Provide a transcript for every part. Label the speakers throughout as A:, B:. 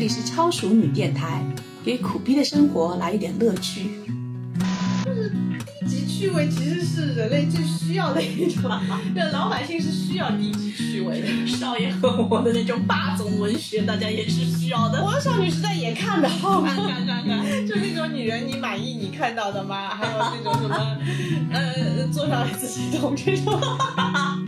A: 里是超熟女电台，给苦逼的生活来一点乐趣。
B: 低级趣味其实是人类最需要的一种，啊那老百姓是需要低级趣味的。
C: 少爷和我的那种霸总文学，大家也是需要的。
B: 我有少女时代也看的，好吗？
C: 看看看看，
B: 就那种女人你满意你看到的吗？还有那种 什么，呃，做上来自己懂这种，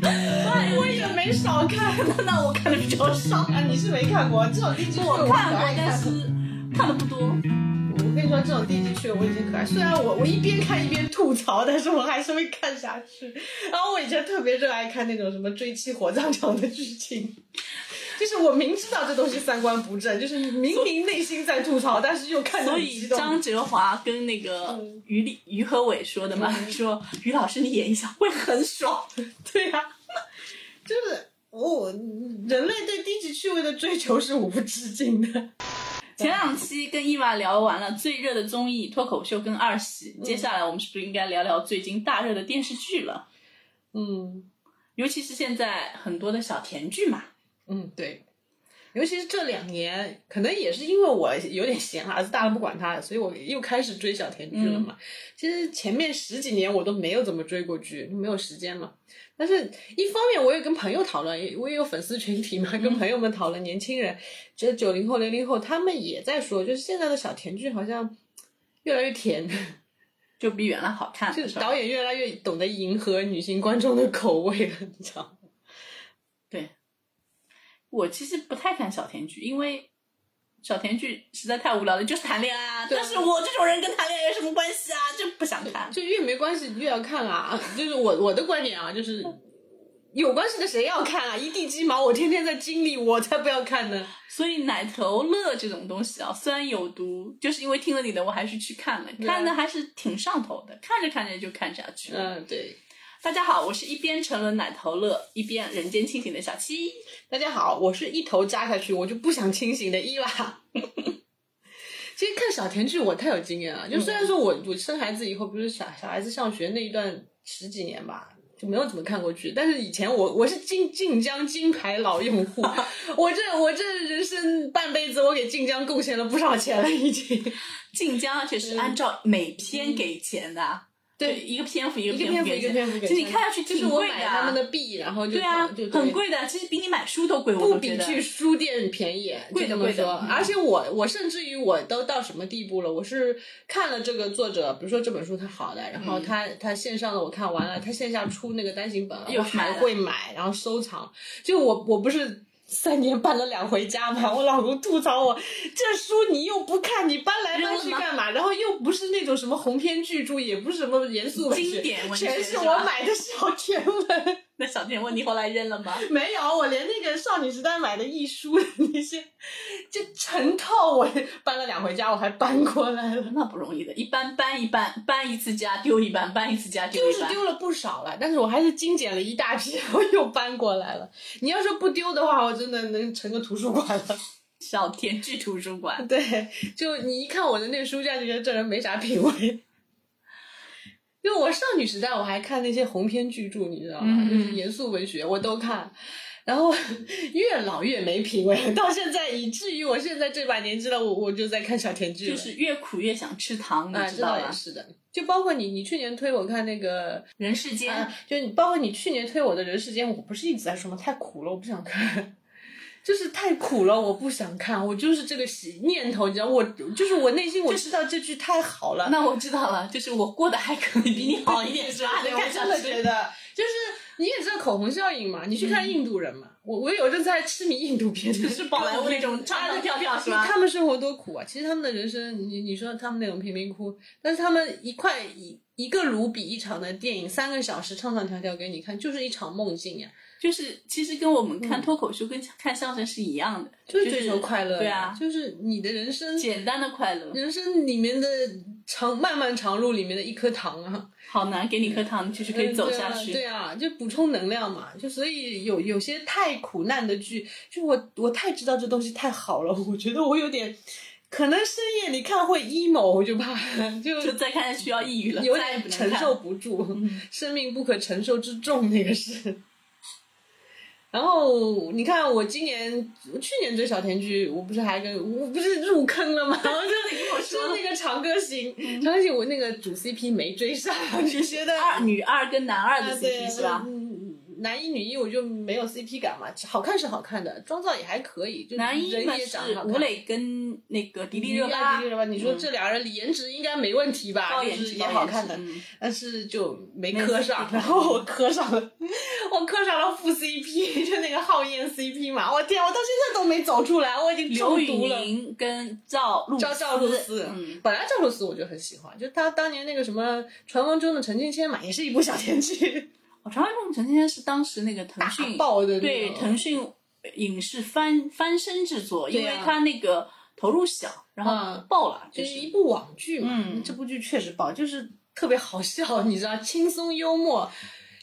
C: 哎
B: 我也没少看。
C: 那我看的比较少，
B: 啊，你是没看过这种低级趣味，
C: 我
B: 可
C: 看过
B: 爱，
C: 但
B: 看
C: 是看的不多。
B: 我跟你说，这种低级趣味我已经可爱。虽然我我一边看一边吐槽，但是我还是会看下去。然后我以前特别热爱看那种什么追妻火葬场的剧情， 就是我明知道这东西三观不正，就是明明内心在吐槽，但是又看着
C: 所
B: 很
C: 以
B: 激动。
C: 张哲华跟那个
B: 嗯
C: 于丽、于和伟说的嘛，说于老师你演一下会很爽。
B: 对呀、 就是我、哦、人类对低级趣味的追求是无止境的。
C: 前两期跟伊娃聊完了最热的综艺脱口秀跟二喜，
B: 嗯
C: 接下来我们是不是应该聊聊最近大热的电视剧了？
B: 嗯
C: 尤其是现在很多的小甜剧嘛，
B: 嗯，对。尤其是这两年，可能也是因为我有点闲，儿子大了不管他了，所以我又开始追小甜剧了嘛。其实前面十几年我都没有怎么追过剧，没有时间嘛。但是一方面我也跟朋友讨论，也我也有粉丝群体嘛，跟朋友们讨论年轻人，这九零后、零零后，他们也在说，就是现在的小甜剧好像越来越甜，
C: 就比原来好看。
B: 就是
C: 是吧
B: 导演越来越懂得迎合女性观众的口味了，你知道吗？
C: 我其实不太看小甜剧，因为小甜剧实在太无聊了，就是谈恋爱啊。
B: 对啊
C: 但是我这种人跟谈恋爱有什么关系啊？就不想看。
B: 就越没关系越要看啊，就是我我的观点啊，就是有关系的谁要看啊？一地鸡毛，我天天在经历，我才不要看呢。
C: 所以奶头乐这种东西啊，虽然有毒，就是因为听了你的，我还是去看了，
B: 对啊
C: 看的还是挺上头的，看着看着就看下去了。
B: 嗯，对，
C: 大家好，我是一边沉沦奶头乐，一边人间清醒的小七。
B: 大家好，我是一头扎下去，我就不想清醒的伊娃。 其实看小甜剧我太有经验了，就虽然说我我生孩子以后，不是小小孩子上学那一段十几年吧，就没有怎么看过剧，但是以前我我是晋晋江金牌老用户， 我这我这人生半辈子，我给晋江贡献了不少钱了已经。
C: 晋江而且是按照每篇给钱的啊，
B: 嗯对
C: 就一个篇幅一个
B: 一个
C: 篇
B: 篇幅一个
C: 给
B: 篇幅给
C: 钱，其实你
B: 钱
C: 看下去
B: 就
C: 挺
B: 是我
C: 贵
B: 买
C: 啊
B: 他们的币，然后就
C: 对啊，
B: 就
C: 很。贵的，其实比你买书都贵，我
B: 不
C: 都觉
B: 比
C: 得。
B: 去书店便宜，
C: 贵的
B: 就这
C: 贵
B: 么
C: 的
B: 说。
C: 嗯
B: 而且我我甚至于我都到什么地步了？我是看了这个作者，比如说这本书它好的，然
C: 嗯
B: 后他他线上的我看完了，他线下出那个单行本了，
C: 又
B: 我
C: 买
B: 还
C: 了
B: 会买，然后收藏。就我我不是三年搬了两回家嘛，我老公吐槽我，这书你又不看，你搬来搬去
C: 扔了吗
B: 干嘛？然后又不是那种什么鸿篇巨著，也不是什么严肃文学
C: 经典文学
B: 全
C: 是
B: 是
C: 吧
B: 我买的小甜文。
C: 那小甜问你后来扔了吗？
B: 没有，我连那个少女时代买的易书的那些， 就成套我搬了两回家，我还搬过来了，
C: 那不容易的，一般搬一搬，搬一次家丢一半，搬一次家丢
B: 就
C: 一
B: 是
C: 半。
B: 丢了不少了，但是我还是精简了一大批，然后又搬过来了。你要说不丢的话，我真的能成个图书馆了。
C: 小甜剧图书馆，
B: 对，就你一看我的那个书架，就觉得这人没啥品味。因为我少女时代，我还看那些鸿篇巨著，你知道吗？
C: 嗯
B: 就是严肃文学，我都看。然后 越老越没品味，到现在以至于我现在这把年纪了，我我就在看小甜剧了。
C: 就是越苦越想吃糖，
B: 啊，
C: 你知
B: 知
C: 道
B: 道
C: 吧
B: 也？是的，就包括你，你去年推我看那个，
C: 人世间、
B: 啊，就你包括你去年推我的人世间，我不是一直在说吗？太苦了，我不想看。 就是太苦了，我不想看，我就是这个喜念头，你知道，我就是我内心我知道这剧太好了，
C: 呃那我知道了，就是我过得还可 以，比你好一点 是吧？还能
B: 我
C: 看下
B: 真的觉
C: 去。嗯
B: 得，就是你也知道口红效应嘛，你去看印度人嘛，我我有阵子还痴迷印度片，就
C: 就是宝莱坞那种唱唱跳跳是吧？
B: 啊他们生活多苦啊！其实他们的人生，你你说他们那种贫民窟，但是他们一块一一个卢比一场的电影，三个小时唱唱跳跳给你看，就是一场梦境呀、
C: 就是其实跟我们
B: 嗯
C: 看脱口秀跟看相声是一样的，
B: 就是追求快乐、
C: 对啊，
B: 就是你的人生，
C: 简单的快乐。
B: 人生里面的长漫漫长路里面的一颗糖啊。
C: 好难，给你颗糖，你就是可以走下去。
B: 嗯对啊，对啊就补充能量嘛。就所以有有些太苦难的剧，就我我太知道这东西太好了，我觉得我有点，可能深夜你看会 emo，我就怕就
C: 就再看下去要抑郁了，嗯
B: 有
C: 再也
B: 点
C: 不能
B: 承
C: 看
B: 受不住，生命不可承受之重那个是。然后你看，我今年我去年追小甜剧，我不是还跟我不是入坑 了吗？然后就
C: 跟我
B: 是
C: 说嗯
B: 那个长歌行，长歌行我那个主 CP 没追 上，你觉得
C: 二女二跟男二
B: 啊
C: 的
B: 对
C: CP 是吧？
B: 嗯男一女一我就没有 CP 感嘛，好看是好看的，妆造也还可以，就
C: 男一
B: 人
C: 嘛
B: 也
C: 是
B: 长得好看
C: 吴磊跟那个迪丽热
B: 迪
C: 巴
B: 丽，热巴，你说
C: 嗯
B: 这俩人颜值应该没问题吧？
C: 高颜
B: 就是
C: 值
B: 也好看的，
C: 嗯
B: 但是就没
C: 没有
B: 磕
C: CP
B: 上，
C: 感
B: 然后我磕上了， 我磕上了副 CP，就 那个浩燕 CP 嘛，我天，我到现在都没走出来，我已经
C: 刘
B: 中
C: 宇
B: 毒了。
C: 宁跟赵露
B: 赵赵露思，
C: 嗯，
B: 本来赵露思我就很喜欢，就她当年那个什么《传闻中的陈俊谦》嘛，也是一部小甜剧，
C: 我传闻中陈芊芊是当时那个腾讯
B: 爆的那
C: 对
B: 种
C: 腾讯影视翻翻身制作，因
B: 对
C: 为
B: 啊
C: 它那个投入小，然后
B: 嗯
C: 爆了，
B: 就
C: 就是
B: 一
C: 是
B: 部网剧嘛。
C: 嗯
B: 这部剧确实爆，就是特别好笑， 你知道，轻松幽默，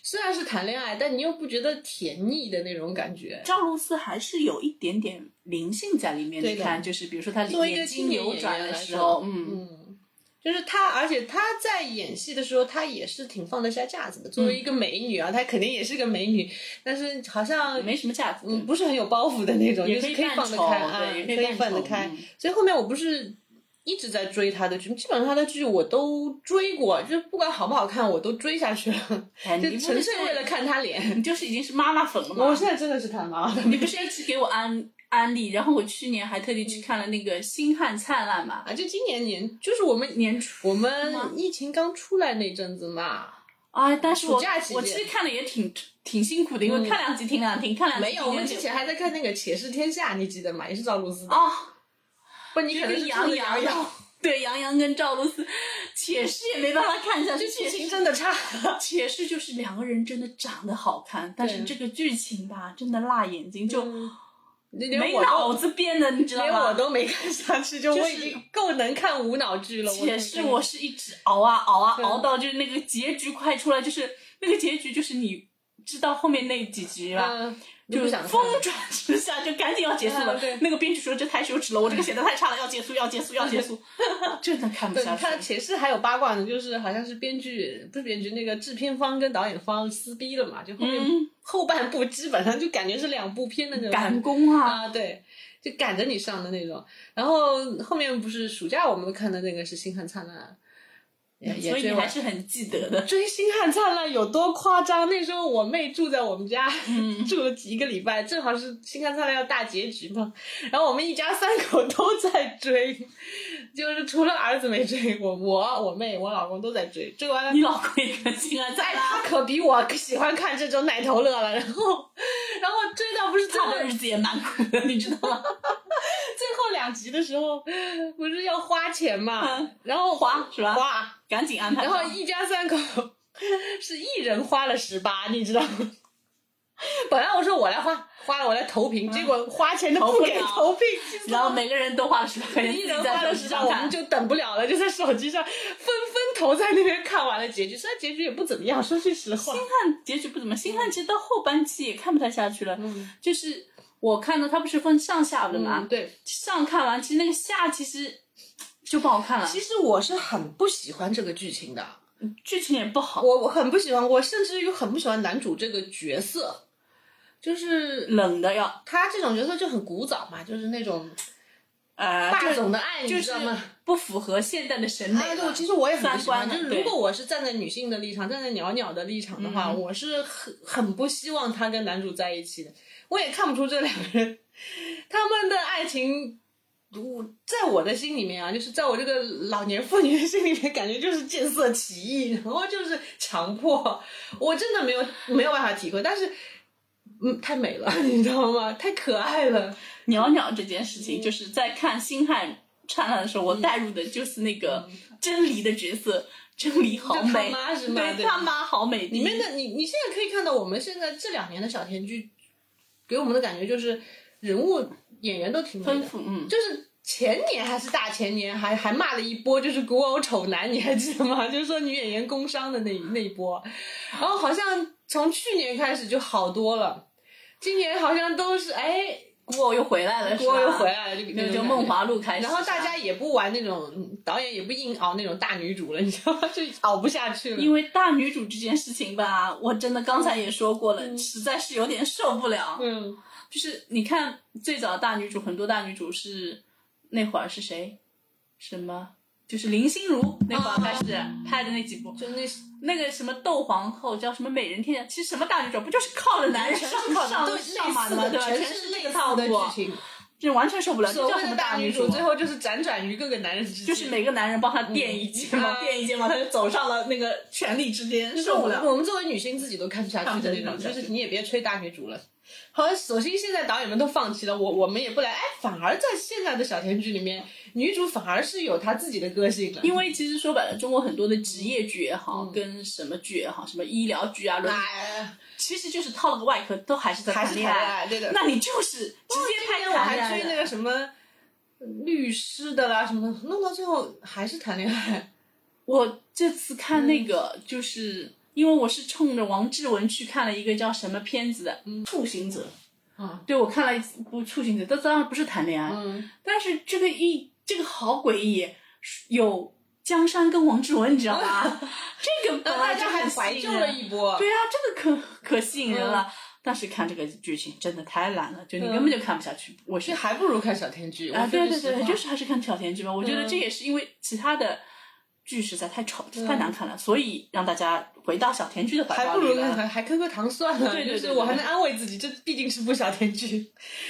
B: 虽然是谈恋爱，但你又不觉得甜腻的那种感觉。
C: 赵露思还是有一点点灵性在里面。
B: 对
C: 你
B: 的
C: 看，就是比如说她
B: 作为一个
C: 眼睛
B: 青年
C: 扭
B: 演
C: 转
B: 员
C: 的
B: 来
C: 时
B: 说
C: 候，嗯，
B: 嗯，就是她，而且她在演戏的时候，她也是挺放得下架子的。作为一个美女啊，她肯定也是个美女，但是好像
C: 没什么架子。
B: 嗯，不是很有包袱的那种，
C: 也
B: 就是
C: 可以
B: 以
C: 扮
B: 放得
C: 丑
B: 开，
C: 对
B: 啊
C: 也可
B: 可
C: 以嗯
B: 以
C: 扮
B: 放得
C: 丑
B: 开
C: 嗯。
B: 所以后面我不是一直在追他的剧，基本上他的剧我都追过，就是不管好不好看，我都追下去了，
C: 哎
B: 就
C: 你不
B: 纯粹
C: 是
B: 为了看他 脸。
C: 你就是已经是妈妈粉了嘛？
B: 我现在真的是他妈的。
C: 你不是一直给我安安利，然后我去年还特地去看了那个《星汉灿烂》嘛，
B: 啊，就今年年，就是我们
C: 年初
B: 我
C: 吗
B: 们疫情刚出来那阵子嘛，
C: 啊，但是我
B: 暑假期间嗯
C: 我其实看的也挺挺辛苦的，因为看两集停两停，看两集
B: 没有，我们之
C: 停两
B: 前还在看那个《且试天下》，你记得吗？也是赵露思
C: 停
B: 的。
C: 哦，
B: 不，你可能
C: 跟
B: 是
C: 杨
B: 杨
C: 洋
B: 洋，
C: 对杨洋跟赵露思，且是也没办法看下去，
B: 这剧
C: 且
B: 情真的 差。
C: 且是就是两个人真的长得好看，但是
B: 对嗯
C: 这个剧情吧，真的辣眼睛，就
B: 连
C: 嗯没
B: 我都
C: 脑子编的，你知道
B: 连我
C: 吗？
B: 都没看下去，就
C: 就
B: 我
C: 是
B: 已经够能看无脑剧了。
C: 且是
B: 都
C: 我是一直熬啊熬啊
B: 对
C: 熬到就是那个结局快出来，就是那个结局就是你知道后面那几集吧，
B: 嗯，就
C: 就是是
B: 想看
C: 风转直下，就赶紧要结束了
B: 嗯对。嗯
C: 那个编剧说这太羞耻了，我这个写的太差了，要结束，要结束，要结束， 真的看不
B: 对，
C: 下
B: 你看，
C: 去。
B: 且是还有八卦呢，就是好像是编剧不是编剧那个制片方跟导演方撕逼了嘛，就后面、
C: 嗯
B: 后半部基本上就感觉是两部片的那种
C: 赶工啊！
B: 啊，对，就赶着你上的那种。然后后面不是暑假我们看的那个是《星汉灿烂》，也嗯也
C: 所以
B: 追
C: 你
B: 完
C: 还是很记得的。
B: 追《星汉灿烂》有多夸张？那时候我妹住在我们家，
C: 嗯
B: 住了一个礼拜，正好是《星汉灿烂》要大结局嘛。然后我们一家三口都在追，就是除了儿子没追过，我、我妹、我老公都在追。追完了
C: 你老公也跟新啊安在
B: 哎，
C: 啦
B: 他，可比我喜欢看这种奶头乐了。然后， 然后追到不是最
C: 他
B: 后
C: 的日子也蛮苦的，你知道吗？
B: 最后两集的时候，不是要花钱嘛？
C: 嗯
B: 然后
C: 花是吧
B: 花，
C: 赶紧安排
B: 然
C: 上。
B: 后一家三口是一人花了十八，你知道吗？本来我说我来花，花了我来投屏，结果花钱都不
C: 投不
B: 给
C: 了
B: 投 屏，
C: 然后每个人都花了十八块钱，
B: 一
C: 自
B: 人
C: 己在
B: 花了
C: 手机
B: 十八，
C: 上
B: 我们
C: 看。
B: 就等不了了，就在手机上纷纷投在那边看完了结局，虽然结局也不怎么样，说句实话
C: 星，汉结局不怎么，星汉其实到后半期也看不太下去了。
B: 嗯
C: 就是我看到他不是分上下的嘛，
B: 嗯，对。
C: 上看完，其实那个下其实就不好看了，
B: 其实我是很不喜欢这个剧情的，
C: 剧情也不好，
B: 我我很不喜欢，我甚至于很不喜欢男主这个角色，就是
C: 冷的要
B: 他这种角色就很古早嘛，就是那种
C: 呃，
B: 霸
C: 就是
B: 总的爱，
C: 就
B: 你知
C: 是
B: 道吗？
C: 不符合现代的审美
B: 哎，
C: 了。
B: 对，其实我也很不喜欢。
C: 三观
B: 就
C: 了
B: 是如果我是站在女性的立场，站在袅袅的立场的话，
C: 嗯
B: 我是很很不希望她跟男主在一起的。我也看不出这两个人他们的爱情，我在我的心里面啊，就是在我这个老年妇女的心里面，感觉就是见色起意，然后就是强迫。我真的没有没有办法体会，但是。嗯，太美了，你知道吗？太可爱了。
C: 袅袅这件事
B: 嗯
C: 情，就是在看《星汉灿烂》的时候，我带入的就是那个真理的角色，真理好美，
B: 嗯就他妈是吗
C: 对
B: 对
C: 他妈好美。
B: 里面的你，你现在可以看到，我们现在这两年的小甜剧，给我们的感觉就是人物演员都挺美
C: 丰
B: 的，
C: 富，嗯，
B: 就是前年还是大前年还还骂了一波，就是古偶丑男，你还记得吗？ 就是说女演员工伤的那一那一波，然后好像从去年开始就好多了，今年好像都是哎。
C: 孤偶又回来了，
B: 郭又回
C: 了，
B: 来了，就
C: 就
B: 那
C: 就
B: 种
C: 梦
B: 感觉。
C: 华录开始
B: 然
C: 啊，
B: 后大家也不玩那种嗯导演也不硬熬那种大女主了，你知道吗？就熬不下去了。
C: 因为大女主这件事情吧，我真的刚才也说过了，实在是有点受不了。
B: 嗯，
C: 就是你看最早大女主，很多大女主是那会儿是谁？什么？就是林心如那
B: 哦
C: 会儿开始拍的那几部，
B: 就那
C: 那个什么窦皇后叫什么美人天下，其实什么大女主不就是靠了男人上上
B: 都
C: 上马的吗？对吧？
B: 全
C: 是
B: 类
C: 这个
B: 似
C: 套
B: 的
C: 路
B: 剧
C: 啊，
B: 情。
C: 这完全受不了。这
B: 所
C: 叫
B: 谓
C: 什么
B: 的大
C: 女
B: 女
C: 主
B: 主
C: 啊？
B: 最后就是辗转于各个男人之间，
C: 就是每个男人帮她垫一肩膀，
B: 嗯
C: 垫一肩膀，她就走上了那个权力之巅，
B: 就是
C: 受
B: 我
C: 不
B: 们
C: 了。
B: 我们作为女性自己都看不下去的那
C: 看
B: 种，
C: 不下
B: 就
C: 去
B: 是你也别吹大女主了。好像索性现在导演们都放弃了，我我们也不来，哎，反而在现在的小甜剧里面，女主反而是有她自己的个性了。
C: 因为其实说白了，中国很多的职业剧也好，
B: 嗯
C: 跟什么剧也好，什么医疗剧啊，伦理
B: 哎，
C: 其实就是套了个外壳，都还是在
B: 还是
C: 谈
B: 谈
C: 恋
B: 恋
C: 爱。
B: 爱，对的。
C: 那你就是直接拍
B: 今天我还
C: 谈恋
B: 追
C: 爱
B: 那
C: 的
B: 个什么律师的啦，什么的，弄到最后还是谈恋爱。
C: 我这次看那
B: 嗯
C: 个，就是因为我是冲着王志文去看了一个叫什么片子的《处刑者》
B: 嗯啊。
C: 对，我看了一部《处刑者》，但当然不是谈恋爱，
B: 嗯，
C: 但是这个一这个好诡异，有江山跟王志文，你知道 吗？这个本
B: 大
C: 来
B: 家
C: 就
B: 还
C: 很吸
B: 怀
C: 引
B: 旧
C: 人
B: 了一波。
C: 对啊，这个可可吸引人了。
B: 嗯
C: 但是看这个剧情真的太烂了，就你根本就看不下去。我是
B: 这还不如看小甜剧。
C: 啊，
B: 我说
C: 对
B: 句
C: 对
B: 实
C: 对，
B: 话
C: 就是还是看小甜剧吧。我觉得
B: 嗯
C: 这也是因为其他的剧实在太丑、太难看了，所以让大家回到小甜剧的怀
B: 嗯还
C: 抱
B: 不
C: 里
B: 如看
C: 来。
B: 看还磕磕糖算了。
C: 对对对
B: 就是我还能安慰自己，这毕竟是部小甜剧，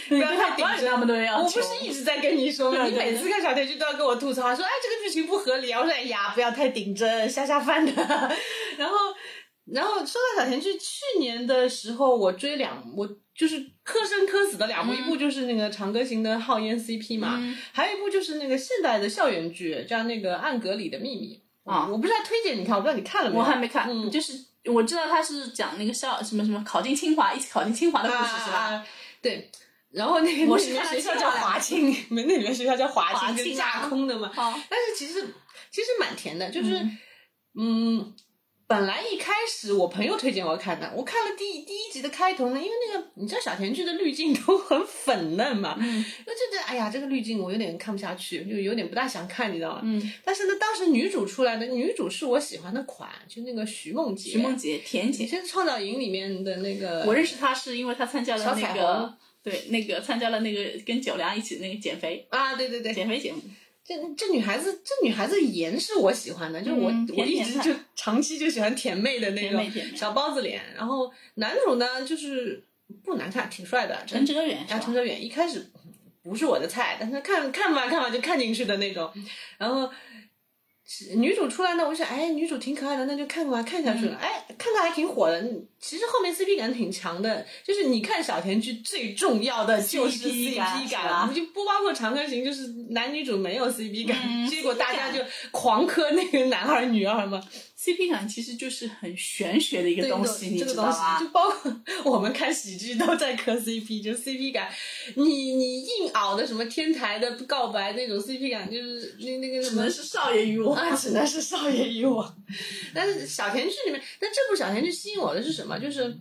B: 不
C: 你
B: 要
C: 对他
B: 太
C: 不
B: 顶
C: 要有
B: 真。
C: 那么多的要
B: 我
C: 求
B: 不。是一直在跟你说吗？
C: 对
B: 你
C: 对对
B: 每次看小甜剧都要跟我吐槽，说哎这个剧情不合理啊。我说哎呀，不要太顶真，下下饭的。 然后，然后说到小甜剧，去年的时候我追两，我就是磕生磕死的两
C: 嗯
B: 部，一部就是那个长歌行的浩烟 CP 嘛，还有一部就是那个现代的校园剧，叫那个《暗格里的秘密》
C: 啊
B: 我不是在推荐你看，我不知道你看了没有？
C: 我还没看，
B: 嗯
C: 就是我知道他是讲那个校什么什么考进清华，一起考进 清华的故事、是吧？
B: 啊？对。然后那 个
C: 我
B: 那
C: 是
B: 里面
C: 看了
B: 学校
C: 清
B: 叫
C: 华
B: 华清，你们那里面学校叫华
C: 华
B: 清，就是
C: 清啊
B: 架空的嘛。
C: 啊，
B: 但是其实其实蛮甜的，就是嗯本来一开始我朋友推荐我看的，我看了第一第一集的开头呢，因为那个你知道小甜剧的滤镜都很粉嫩嘛，
C: 嗯
B: 我就觉得哎呀这个滤镜我有点看不下去，就有点不大想看，你知道吗？
C: 嗯，
B: 但是呢，当时女主出来的女主是我喜欢的款，就那个徐梦洁。
C: 徐梦洁、田
B: 以
C: 姐，
B: 前《创造营》里面的那个，
C: 我认识她是因为她参加了
B: 小
C: 那
B: 彩
C: 个
B: 虹
C: 对那个参加了那个跟九良一起那个减肥
B: 啊，对对对，
C: 减肥节目，
B: 这这女孩子，这女孩子颜是我喜欢的，就是我、
C: 嗯
B: 我
C: 甜
B: 一
C: 甜
B: 直
C: 派
B: 就长期就喜欢甜妹的那
C: 甜妹
B: 种
C: 甜妹
B: 小包子脸。然后男主呢，就是不难看，挺帅的，
C: 陈哲远是
B: 啊，
C: 吧
B: 陈？哲远一开始不是我的菜，但是看看吧看吧就看进去的那种。
C: 嗯
B: 然后是女主出来呢，我就想，哎，女主挺可爱的，那就看吧，看下去了。
C: 嗯
B: 哎，看到还挺火的。嗯其实后面 CP 感挺强的，就是你看小甜剧最重要的就是
C: CP
B: CP
C: 感
B: 感，
C: 是吧
B: 你就不包括《长歌行》，就是男女主没有 CP 感，
C: 嗯
B: 结果
C: CP
B: 大家
C: 感
B: 就狂磕那个男二女二嘛。
C: CP 感其实就是很玄学的一个
B: 对
C: 东
B: 对
C: 西，你
B: 这个
C: 知
B: 东
C: 道
B: 西
C: 吧
B: 就？包括我们看喜剧都在磕 CP，就 CP 感，你你硬熬的什么天台的告白那种 CP 感，就是那那个什
C: 只
B: 么
C: 能。是少爷与我。
B: 啊，只能是少爷与我。但是小甜剧里面，但这部小甜剧吸引我的是什么？就是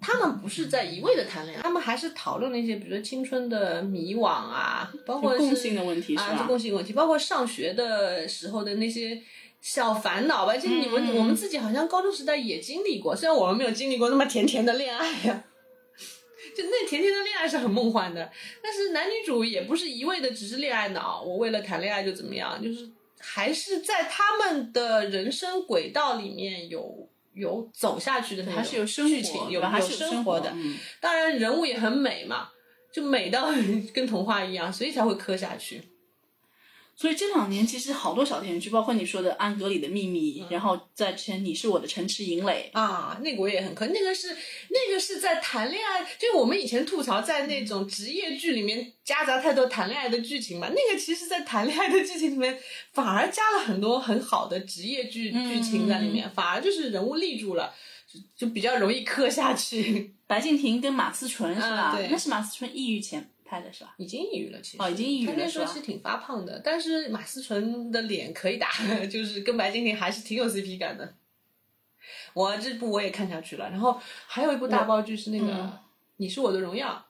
B: 他们不是在一味的谈恋爱，他们还是讨论了一些，比如说青春的迷惘啊，包括是
C: 共性的问题是
B: 啊，
C: 吧
B: 是共性问题，包括上学的时候的那些。小烦恼吧，就你们、
C: 嗯
B: 我们自己好像高中时代也经历过，虽然我们没有经历过那么甜甜的恋爱啊呀、就那甜甜的恋爱是很梦幻的，但是男女主也不是一味的只是恋爱脑，我为了谈恋爱就怎么样，就是还是在他们的人生轨道里面有有走下去的那种
C: 还是有生活
B: 剧情，
C: 对
B: 有
C: 吧还
B: 有
C: 是有
B: 生
C: 生活
B: 的。
C: 嗯
B: 当然人物也很美嘛，就美到 跟童话一样，所以才会磕下去。
C: 所以这两年其实好多小甜剧，包括你说的《安格里的秘
B: 嗯
C: 密》，然后在之前《你是我的城池营垒
B: 啊，那个我也很磕，那个是那个是在谈恋爱，就是我们以前吐槽在那种职业剧里面夹杂太多谈恋爱的剧情嘛，那个其实，在谈恋爱的剧情里面反而加了很多很好的职业剧、
C: 嗯
B: 剧情在里面，反而就是人物立住了，就就比较容易磕下去。》，
C: 白敬亭跟马思纯是吧
B: 嗯？对
C: 那是马思纯抑郁前拍的是吧？
B: 已经抑郁了，其实
C: 哦已经抑郁
B: 他那
C: 了
B: 时
C: 是
B: 候
C: 吧
B: 其实挺发胖的，但是马思纯的脸可以打， 就是跟白敬亭还是挺有 CP 感的。我这部我也看下去了，然后还有一部大爆剧是那个《
C: 嗯
B: 你是我的荣耀》，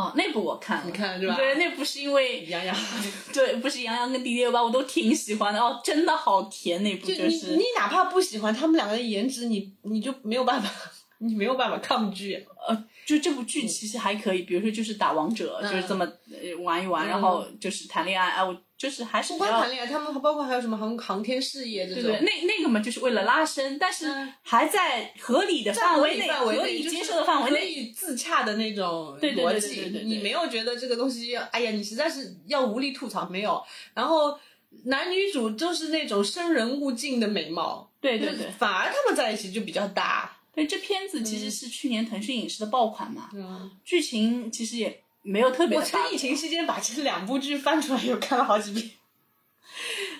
C: 哦，那部我看了，
B: 你看是吧
C: 对，那部是因为
B: 杨洋，
C: 对，不是杨洋跟迪丽热巴，我都挺喜欢的哦，真的好甜那部
B: 就
C: 就
B: 你
C: 是
B: 你哪怕不喜欢他们两个的颜值，你你就没有办法， 你没有办法抗拒。
C: 呃，就这部剧其实还可以，比如说就是打王者，
B: 嗯
C: 就是这么呃玩一玩，
B: 嗯
C: 然后就是谈恋爱，哎、我就是还是
B: 不
C: 比
B: 光
C: 较
B: 谈恋爱，他们还包括还有什么航航天事业这
C: 对
B: 种，
C: 对，那那个嘛，就是为了拉伸，但是
B: 嗯
C: 还在合理的
B: 在
C: 范
B: 合
C: 围
B: 理
C: 内，
B: 范围
C: 合
B: 内
C: 理
B: 就是
C: 接受的范围
B: 可
C: 内。
B: 以自洽的那种
C: 对对对
B: 逻
C: 对对
B: 辑
C: 对对，
B: 你没有觉得这个东西，哎呀，你实在是要无力吐槽没有。然后男女主就是那种生人勿近的美貌，
C: 对对对，
B: 反而他们在一起就比较搭。
C: 对这片子其实是去年腾讯影视的爆款嘛，
B: 嗯，
C: 剧情其实也没有特别
B: 我
C: 的大
B: 在疫情期间把这两部剧翻出来又看了好几遍，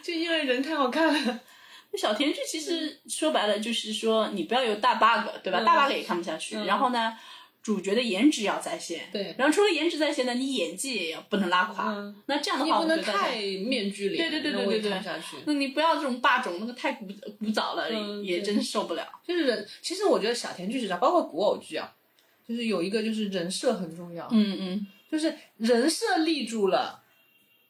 B: 就因为人太好看了。
C: 小甜剧其实说白了就是说，你不要有大 bug，对吧？
B: 嗯
C: 大 bug 也看不下去。
B: 嗯
C: 然后呢，主角的颜值要在线，
B: 对
C: 然后除了颜值在线呢，你演技也要不能拉垮。
B: 嗯
C: 那这样的
B: 你
C: 话，
B: 不
C: 我觉
B: 能
C: 得
B: 太面具脸，
C: 对对对
B: 那
C: 对
B: 我也
C: 对对
B: 看不下去。
C: 那你不要这种霸总，那个太古古早了，
B: 嗯
C: 也
B: 对
C: 真受不了。
B: 就是人，其实我觉得小甜剧是这样，包括古偶剧啊，就是有一个就是人设很重要。
C: 嗯嗯，
B: 就是人设立住了，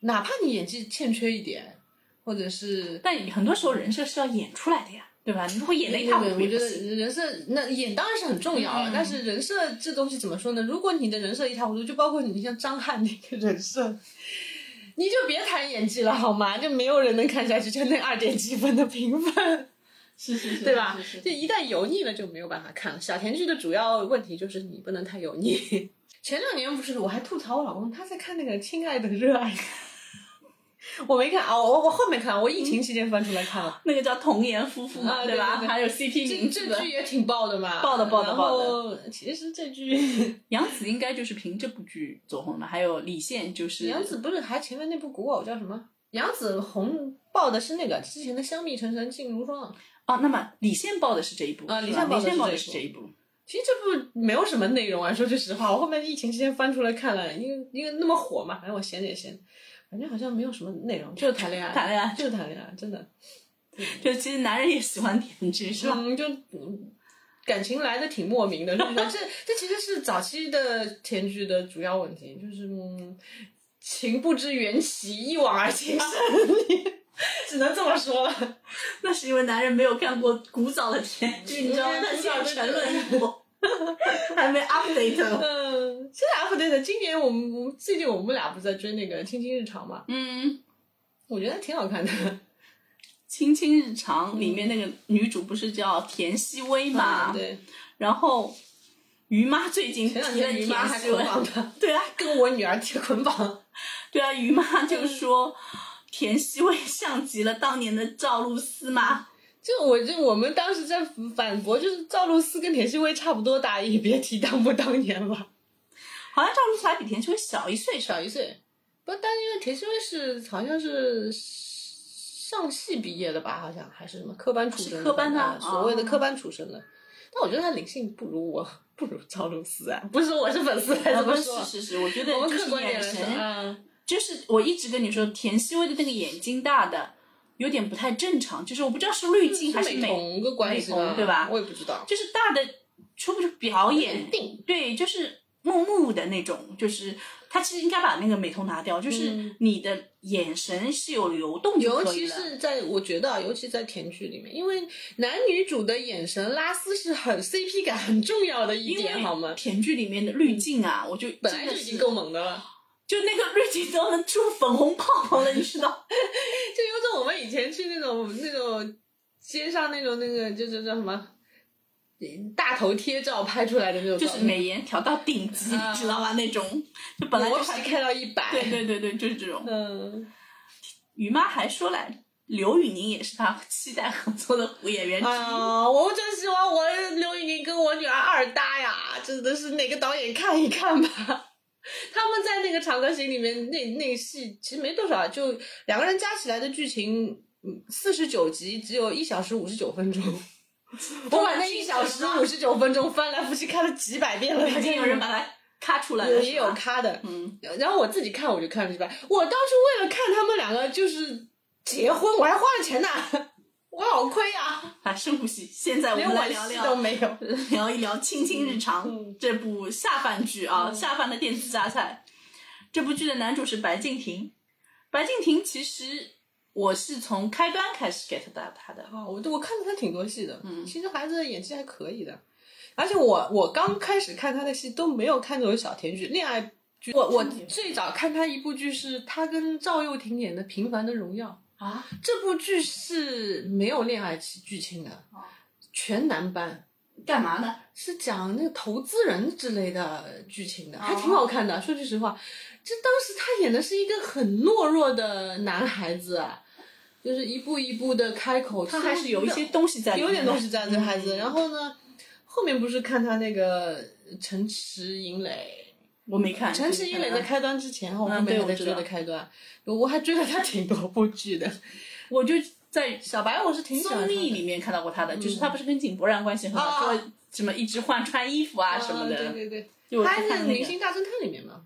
B: 哪怕你演技欠缺一点，或者是
C: 但很多时候人设是要演出来的呀，对吧？你如果演的一塌糊涂
B: 我
C: 也不
B: 觉得
C: 行，
B: 人设那演当然是很重要了，
C: 嗯
B: 但是人设这东西怎么说呢？如果你的人设一塌糊涂，就包括你像张翰那个人设。你就别谈演技了好吗？就没有人能看下去，就那二点几分的评分，
C: 是是是，
B: 对吧
C: 是是？
B: 这一旦油腻了就没有办法看了。小甜剧的主要问题就是你不能太油腻。 前两年不是我还吐槽我老公，他在看那个《亲爱的热爱》， 我没看啊，我我后面看，我疫情期间翻出来看了。
C: 那个叫童颜夫妇嘛，
B: 啊
C: 对吧？
B: 对对对
C: 还有 CP
B: 这
C: 名字
B: 这
C: 的
B: 剧也嗯挺 爆的嘛，
C: 爆的爆的
B: 然
C: 爆的
B: 后其实这 剧，
C: 杨紫应该就是凭这部剧走红的，还有李现就是
B: 杨紫不是还前面那部古偶叫什么？杨紫红爆的是那个之前的《香蜜沉沉烬如霜》，
C: 哦，那么李现报的是这一部
B: 啊
C: 是
B: 李
C: 吧
B: 现报的
C: 李现
B: 是
C: 报
B: 这
C: 的
B: 一
C: 是
B: 部
C: 这一部。
B: 其实这部没有什么内容啊，说句实话，我后面疫情期间翻出来看了，因为因为那么火嘛，反正我闲着也闲，反正好像没有什么内容，就是谈恋爱，
C: 谈恋爱
B: 就是谈恋爱，真的，
C: 就其实男人也喜欢甜剧，是吧？
B: 嗯，就嗯感情来的挺莫名的，是不是？这这其实是早期的甜剧的主要问题，就是嗯，情不知缘起，一往而情深， 只能这么说了。
C: 那是因为男人没有看过古早的甜剧，你知道吗？
B: 嗯
C: 那叫沉沦过，还没 update。
B: 嗯，现在 update，今年我们我们最近我们俩不是在追那个《青青日常》嘛，
C: 嗯，
B: 我觉得挺好看的。
C: 《青青日常》里面那个女主不是叫田曦薇嘛？
B: 嗯对，
C: 然后于妈最近提
B: 前
C: 了
B: 两天于妈还
C: 田曦
B: 捆
C: 薇，
B: 绑他，
C: 对啊，
B: 跟我女儿贴捆绑。
C: 对啊，于
B: 嗯
C: 妈就说田曦薇像极了当年的赵露思嘛。
B: 就我就我们当时在反驳，就是赵露思跟田曦薇差不多大，也别提当不当年了，
C: 好像赵露思还比田曦薇小一岁，是吧？
B: 小一岁。不，但因为田曦薇是好像是上戏毕业的吧，好像还是什么科班出身的，
C: 是科班的
B: 啊
C: 哦
B: 所谓的科班出身的。但我觉得她灵性不如我，不如赵露思啊，不是说我是粉丝，还是
C: 啊
B: 怎么
C: 不是
B: 说？
C: 是是，我觉得
B: 我们
C: 就
B: 客
C: 是
B: 观点
C: 眼
B: 来说，
C: 神，
B: 嗯
C: 就是我一直跟你说，田曦薇的那个眼睛大的有点不太正常，就是我不知道是滤镜还是
B: 美
C: 美，
B: 瞳的关系
C: 美瞳对吧
B: 我也不知道，
C: 就是大的出不出表演
B: 一，定
C: 对，就是木木的那种，就是他其实应该把那个美瞳拿掉，就是
B: 嗯
C: 你的眼神是有流动就
B: 尤
C: 嗯可以
B: 其
C: 了。
B: 是在我觉得，啊，尤其在甜剧里面，因为男女主的眼神拉丝是很 CP 感很重要的一
C: 因
B: 点，
C: 为
B: 好吗？
C: 甜剧里面的滤镜啊，我就
B: 本来
C: 真
B: 就
C: 的
B: 已经
C: 是
B: 够猛的了，
C: 就那个滤镜都能出粉红泡泡了，你知 道？
B: 就有种我们以前去那种那种街上那种那个就是叫什么嗯大头贴照拍出来的那种照
C: 就
B: 片，
C: 是美颜调到顶级，你知道吧？那种就本来就
B: 嗯我
C: 是
B: 皮开到一百，
C: 对对对对，就是这 种。
B: 嗯，
C: 于妈还说来着，刘宇宁也是她期待合作的胡演员之一。
B: 啊，我真希望我刘宇宁跟我女儿二搭呀，真的是哪个导演看一看吧。 他们在那个《长歌行》里面，那那个戏其实没多少，就两个人加起来的剧情，嗯，四十九集只有一小时五十 九分钟。我把那一小时五十九分钟翻来覆去看了几百 遍了，
C: 已经有人把它咔出来了，
B: 也有
C: 咔。
B: 咖的，
C: 嗯，
B: 然后我自己看我就看了几百，我当初为了看他们两个就是结婚，我还花了钱呢。 我好亏啊，
C: 啊，深呼吸。现在我
B: 连
C: 们来
B: 吻
C: 聊
B: 戏都
C: 聊
B: 没 有。
C: 聊一聊《青青日常》
B: 嗯
C: 这部下饭剧啊，下饭的电子榨菜。这部剧的男主是白敬亭，白敬亭其实我是从开端开始 get 到他的，
B: 啊，我我看了他挺多戏的，嗯，其实孩子演技还可以的，而且我我刚开始看他的戏都没有看这种小甜剧、恋爱剧，我我最早看他一部剧是他跟赵又廷演的《平凡的荣耀》
C: 啊，
B: 这部剧是没有恋爱剧情的
C: 哦，
B: 全男班。
C: 干嘛呢？
B: 是讲那个投资人之类的剧情的，
C: 哦
B: 还挺好看的。说句实话，这当时他演的是一个很懦弱的男孩子啊，就是一步一步的开口，
C: 他还是有一些东西在里面
B: 有
C: 的，
B: 点东西在这孩子。
C: 嗯
B: 然后呢，后面不是看他那个呃城池营垒，
C: 我没看。啊
B: 城池营垒在开端之前，我后
C: 嗯对
B: 面
C: 我
B: 还在
C: 知
B: 追
C: 道
B: 的开端，我还追了他挺多部剧的。
C: 我就在
B: 小白我是挺喜欢
C: 综
B: 看
C: 艺
B: 的
C: 里面看到过他的，就是他不是跟井柏然关系很好，
B: 啊
C: 说什么一直换穿衣服啊什么
B: 啊
C: 的，
B: 对对
C: 就我
B: 对，
C: 去
B: 他是
C: 看
B: 《
C: 那
B: 明
C: 个
B: 星大侦探》里面嘛，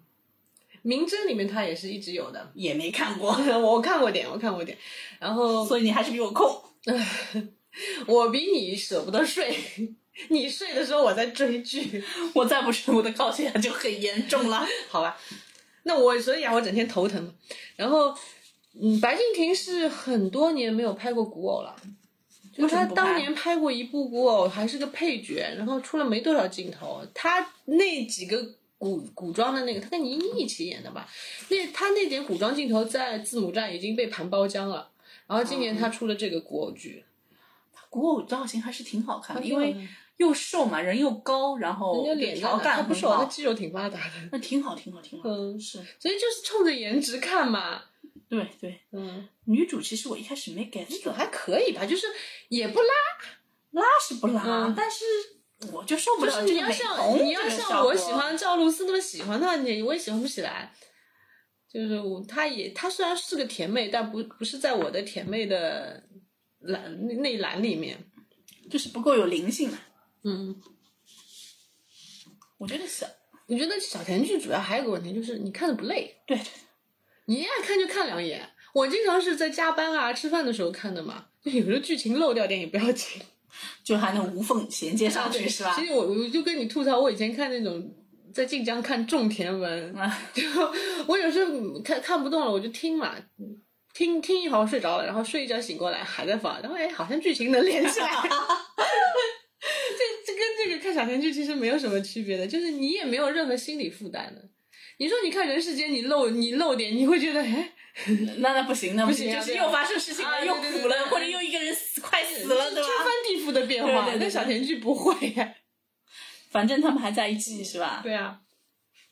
B: 《明侦》里面他也是一直有的。
C: 也没看过，
B: 我看过点，我看过点，然后
C: 所以你还是比我空。
B: 我比你舍不得睡，你睡的时候我在追剧。
C: 我再不睡，我的高血压就很严重 了。
B: 好吧，那我所以啊，我整天头疼嘛。然后，嗯，白敬亭是很多年没有拍过古偶了，就
C: 为什么
B: 他
C: 不拍
B: 当年拍过一部古偶，还是个配角，然后出了没多少镜头。他那几个古古装的那个，他跟倪妮一起演的吧？那他那点古装镜头在字母战已经被盘包浆了。然后今年他出了这个古偶剧，
C: 古偶造型还是挺好看的，因
B: 挺好
C: 为又瘦嘛，人又高，然后
B: 人家脸
C: 调
B: 上
C: 干
B: 他不
C: 很
B: 瘦，他
C: 好，
B: 肌肉挺发达的，
C: 那挺好，挺好，挺好。
B: 嗯
C: 是
B: 所以就是冲着颜值看嘛。
C: 对对。
B: 嗯，
C: 女主其实我一开始没 get
B: 就
C: 到，
B: 还可以吧，就是也不拉
C: 拉是不拉，
B: 嗯
C: 但是我就受不
B: 就
C: 了
B: 是
C: 这个
B: 你要
C: 美
B: 像
C: 瞳
B: 你要
C: 这个
B: 像
C: 效
B: 我
C: 果
B: 喜欢赵露思那么喜欢她，你我也喜欢不起来。就是我，她也她虽然是个甜妹，但不不是在我的甜妹的栏那那栏里面。
C: 就是不够有灵性嘛。
B: 嗯，
C: 我觉得小
B: 我觉得小甜剧主要还有个问题就是你看的不累，
C: 对对对
B: 你爱看就看两眼。我经常是在加班啊、吃饭的时候看的嘛，就有时候剧情漏掉点也不要紧。
C: 就还能无缝衔接上去
B: 啊对
C: 是吧
B: 其？实我我就跟你吐槽，我以前看那种在晋江看种田文，
C: 啊，
B: 就我有时候看看不动了，我就听嘛，听听一会儿睡着了，然后睡一觉醒过来还在放，然后哎，好像剧情能连起来。 这这跟这个看小甜剧其实没有什么区别的，就是你也没有任何心理负担的。你说你看人世间，你漏你漏点，你会觉得哎，
C: 那那不行，那不
B: 行啊
C: 就是
B: 对啊
C: 又发生事情
B: 啊
C: 了，又
B: 对对对
C: 苦了，
B: 对
C: 或者又一个人死快死了，对
B: 天
C: 吧？
B: 翻地覆的变化。
C: 对对对
B: 但小甜剧不会呀、
C: 反正他们还在一起是吧？
B: 对啊，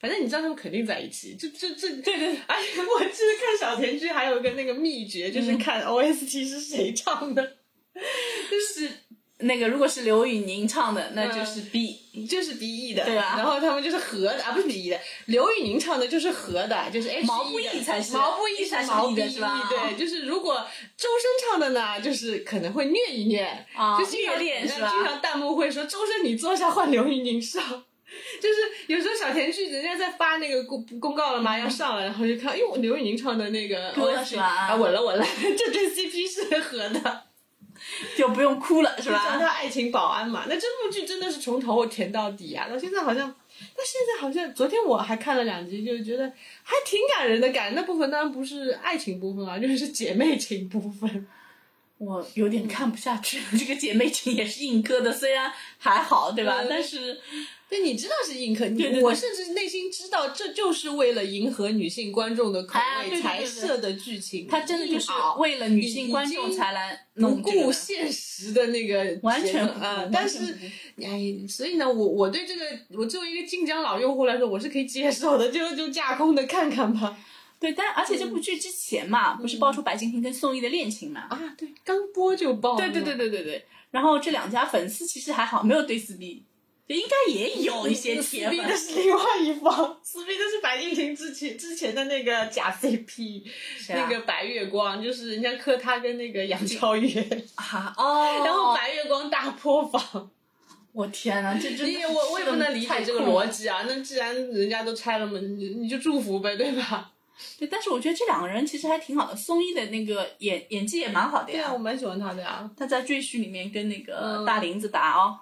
B: 反正你知道他们肯定在一起，这这这
C: 对对，
B: 而且我记得看小甜剧还有一个那个秘诀，就是看 OST 是谁唱的，
C: 就是那个，如果是刘宇宁唱的，
B: 嗯
C: 那就是 B，、
B: 就是鼻翼的，
C: 对啊
B: 然后他们就是合的啊，不是鼻翼的，刘宇宁唱的就是合的，就是 H
C: 毛不易才是
B: 毛不易才是
C: 毛不易
B: BE
C: 是吧
B: 对，就是如果周深唱的呢，就是可能会虐一虐，
C: 啊
B: 就是
C: 虐恋是吧
B: 经常弹幕会说周深你坐下换刘宇宁上。就是有时候小甜剧人家在发那个公公告了嘛，要上了，然后就看，哎呦，刘宇宁唱的那个
C: 歌
B: OST
C: 是吧
B: 啊，稳了稳了， 这对 CP 是合的，
C: 就不用哭了是
B: 就叫
C: 吧？
B: 他爱情保安嘛。那这部剧真的是从头甜到底啊！到现在好像，但现在好像昨天我还看了两集，就觉得还挺感人的感。那部分当然不是爱情部分啊，就是姐妹情部分。
C: 我有点看不下去， 这个姐妹情也是硬磕的，虽然还好对吧？
B: 对对对
C: 但是
B: 对，你知道是硬核，你
C: 对对对
B: 我甚至内心知道这就是为了迎合女性观众的口
C: 啊对对
B: 味
C: 对
B: 才
C: 对
B: 设的剧情，
C: 她真的就是
B: 硬熬
C: 为了女性观众才来
B: 不
C: 弄这
B: 顾
C: 个的。
B: 现实的那个
C: 完全不顾
B: 啊、
C: 完全
B: 但
C: 不
B: 是哎，所以呢，我我对这个我作为一个晋江老用户来说，我是可以接受的，就就架空的看看吧。
C: 对，但而且这部剧之前嘛，
B: 嗯
C: 不是爆出白敬亭跟宋轶的恋情嘛？
B: 啊，对，刚播就爆，
C: 对对对，对对对。然后这两家粉丝其实还好，没有对撕逼，就应该也有一些铁
B: 撕逼
C: 粉
B: 的。是另外一方，撕逼的是白敬亭之前之前的那个假 CP，、
C: 啊
B: 那个白月光，就是人家磕他跟那个杨超越，
C: 啊哦，
B: 然后白月光大破防。
C: 我天哪，这 真
B: 你
C: 的
B: 也我我也不能理解这个逻辑啊！那既然人家都拆了门，你你就祝福呗，对吧？
C: 对，但是我觉得这两个人其实还挺好的，宋轶的那个演演技也蛮好的
B: 对啊，
C: 呀
B: 我。蛮喜欢他的呀。
C: 他在《赘婿》里面跟那个
B: 嗯
C: 大林子打哦，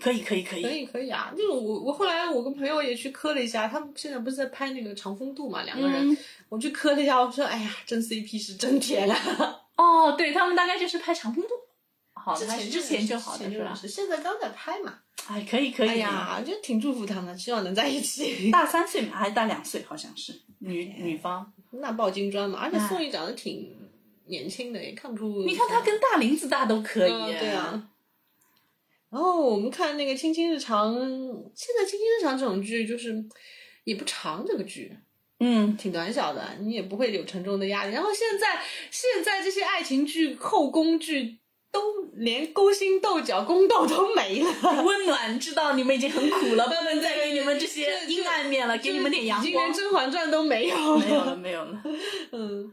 C: 可以可以可
B: 可
C: 以，
B: 以可以啊，就是我我后来我跟朋友也去磕了一下，他们现在不是在拍那个《长风渡》嘛，两个人，
C: 嗯
B: 我去磕了一下，我说哎呀，真 CP 是真甜啊！
C: 哦，对他们大概就是拍《长风渡》，好，还是之
B: 之
C: 前就
B: 就
C: 好
B: 之
C: 的
B: 前
C: 是
B: 就
C: 吧？
B: 是现在刚在拍嘛。
C: 哎，可以可以。
B: 哎呀，就挺祝福他们，希望能在 一起。
C: 大三岁嘛，还是大两岁，好像是女
B: 哎
C: 女方。
B: 那抱金砖嘛，而且
C: 哎
B: 宋轶长得挺年轻的，也看不出。
C: 你看她跟大林子大都可以、
B: 嗯对啊。然后我们看那个《卿卿日常》，现在《卿卿日常》这种剧就是也不长，这个剧
C: 嗯，
B: 挺短小的，你也不会有沉重的压力。然后现在现在这些爱情剧、后宫剧都连勾心斗角、宫斗都没了，
C: 温暖，知道你们已经很苦了，不能再给你们这些
B: 对对
C: 阴暗面 了，给你们点阳
B: 已经连
C: 光
B: 《。甄嬛传》都没有
C: 没有
B: 了。
C: 了，没有了。
B: 嗯，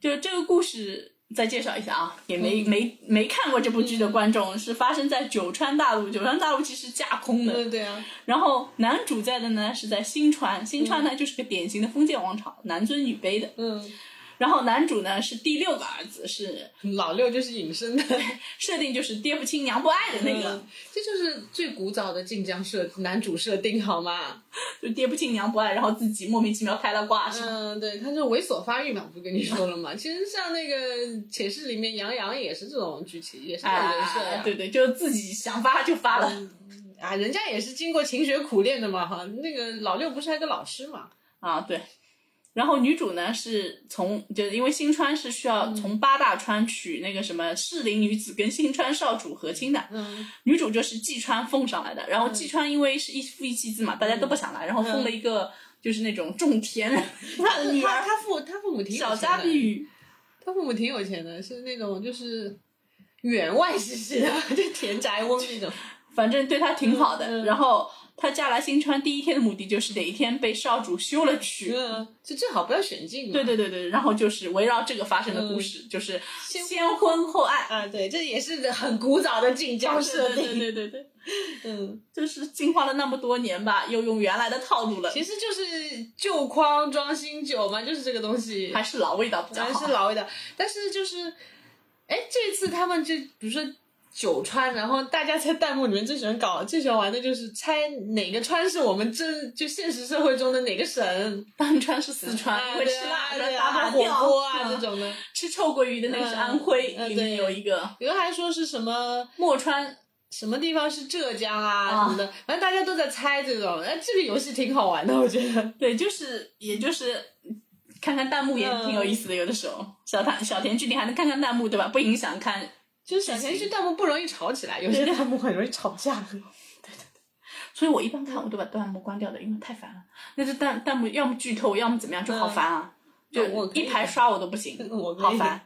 C: 就是这个故事，再介绍一下啊，也没、
B: 嗯
C: 没没看过这部剧的观众、是发生在九川大陆，九川大陆其实架空的。
B: 对对啊，
C: 然后男主在的呢是在新川，新川呢、就是个典型的封建王朝，男尊女卑的。
B: 嗯，
C: 然后男主呢是第六个儿子，是
B: 老六就是隐身的，
C: 设定就是爹不亲娘不爱的那个，
B: 嗯这就是最古早的晋江设男主设定好吗？
C: 就爹不亲娘不爱，然后自己莫名其妙开了挂是吧？
B: 嗯，对，他是猥琐发育嘛，不跟你说了吗？其实像那个《且试》里面，杨洋也是这种剧情，也是这种人设
C: 哎
B: 呀、，
C: 对对，就自己想发就发了。
B: 啊，人家也是经过勤学苦练的嘛，哈。那个老六不是还有个老师嘛？
C: 啊，对。然后女主呢是从，就是因为新川是需
B: 嗯
C: 要从八大川取那个什么适龄女子跟新川少主和亲的，
B: 嗯
C: 女主就是季川奉上来的。然后季川因为是一夫一妻制嘛，大家都
B: 嗯
C: 不想来，然后封了一个就是那种种田人，他的女
B: 他
C: 儿
B: 他父他父母挺有
C: 小
B: 钱
C: 家碧
B: 的，
C: 玉，
B: 他父母挺有钱的，是那种就是员外兮兮的，就田宅翁 那种。
C: 反正对她挺好
B: 嗯
C: 的。
B: 嗯
C: 然后她嫁来新川第一天的目的就是哪一天被少主休了去。
B: 嗯，就最好不要选进嘛。
C: 对对对对，然后就是围绕这个发生的故事，就是先婚后爱。
B: 啊，对，这也是很古早的晋江设
C: 对对
B: 定。
C: 对对对，
B: 嗯，
C: 就是进化了那么多年吧，又用原来的套路了，
B: 其实就是旧框装新酒嘛，就是这个东西。
C: 还是老味道比较
B: 还
C: 好。
B: 是老一点，但是就是，哎，这次他们就比如说九川，然后大家在弹幕里面最喜欢搞、最喜欢玩的就是猜哪个川是我们真就现实社会中的哪个省，
C: 当川是四川，因为
B: 对
C: 吃
B: 啊
C: 辣
B: 对
C: 的
B: 啊，
C: 打
B: 还
C: 麻
B: 有火
C: 掉
B: 锅啊这
C: 嗯
B: 种的。
C: 吃臭鳜鱼的那个是
B: 嗯
C: 安徽，
B: 嗯
C: 里面
B: 对
C: 有一个
B: 有人还说是什么
C: 墨川，
B: 什么地方是浙江
C: 啊
B: 啊什么的，反正大家都在猜这种。哎，这个游戏挺好玩的，我觉得。
C: 对，就是也就是。看看弹幕也挺有意思的，有的时候小唐小田剧里还能看看弹幕，对吧？不影响看。
B: 就是小程序弹幕不容易吵起来，有些弹幕很容易吵架。
C: 所以我一
B: 嗯
C: 般看我都把弹幕关掉的，因为太烦了。那就弹弹幕要么剧透，要么怎么样，就好烦啊！
B: 嗯我
C: 就
B: 可以嗯
C: 一排刷我都不行。
B: 我
C: 好烦。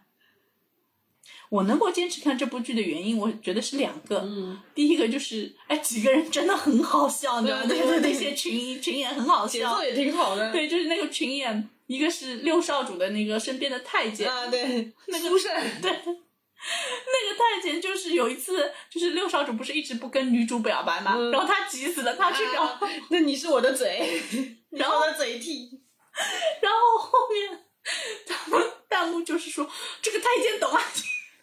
C: 我能够坚持看这部剧的原因，我觉得是两个。
B: 嗯，
C: 第一个就是，哎，几个人真的很好笑，你知道吗？
B: 对
C: 那
B: 对
C: 个
B: 对
C: 那些群群演很好
B: 节
C: 笑
B: 奏。也挺好的。
C: 对，就是那个群演，一个是六少主的那个身边的太监，
B: 啊，对，
C: 那个
B: 苏轼。
C: 对，那个太监就是有一次，就是六少主不是一直不跟女主表白嘛，
B: 嗯
C: 然后他急死了，他去表，
B: 啊 那你是我的 嘴，
C: 然后
B: 我的嘴替。
C: 然后后面他们弹幕就是说这个太监懂啊，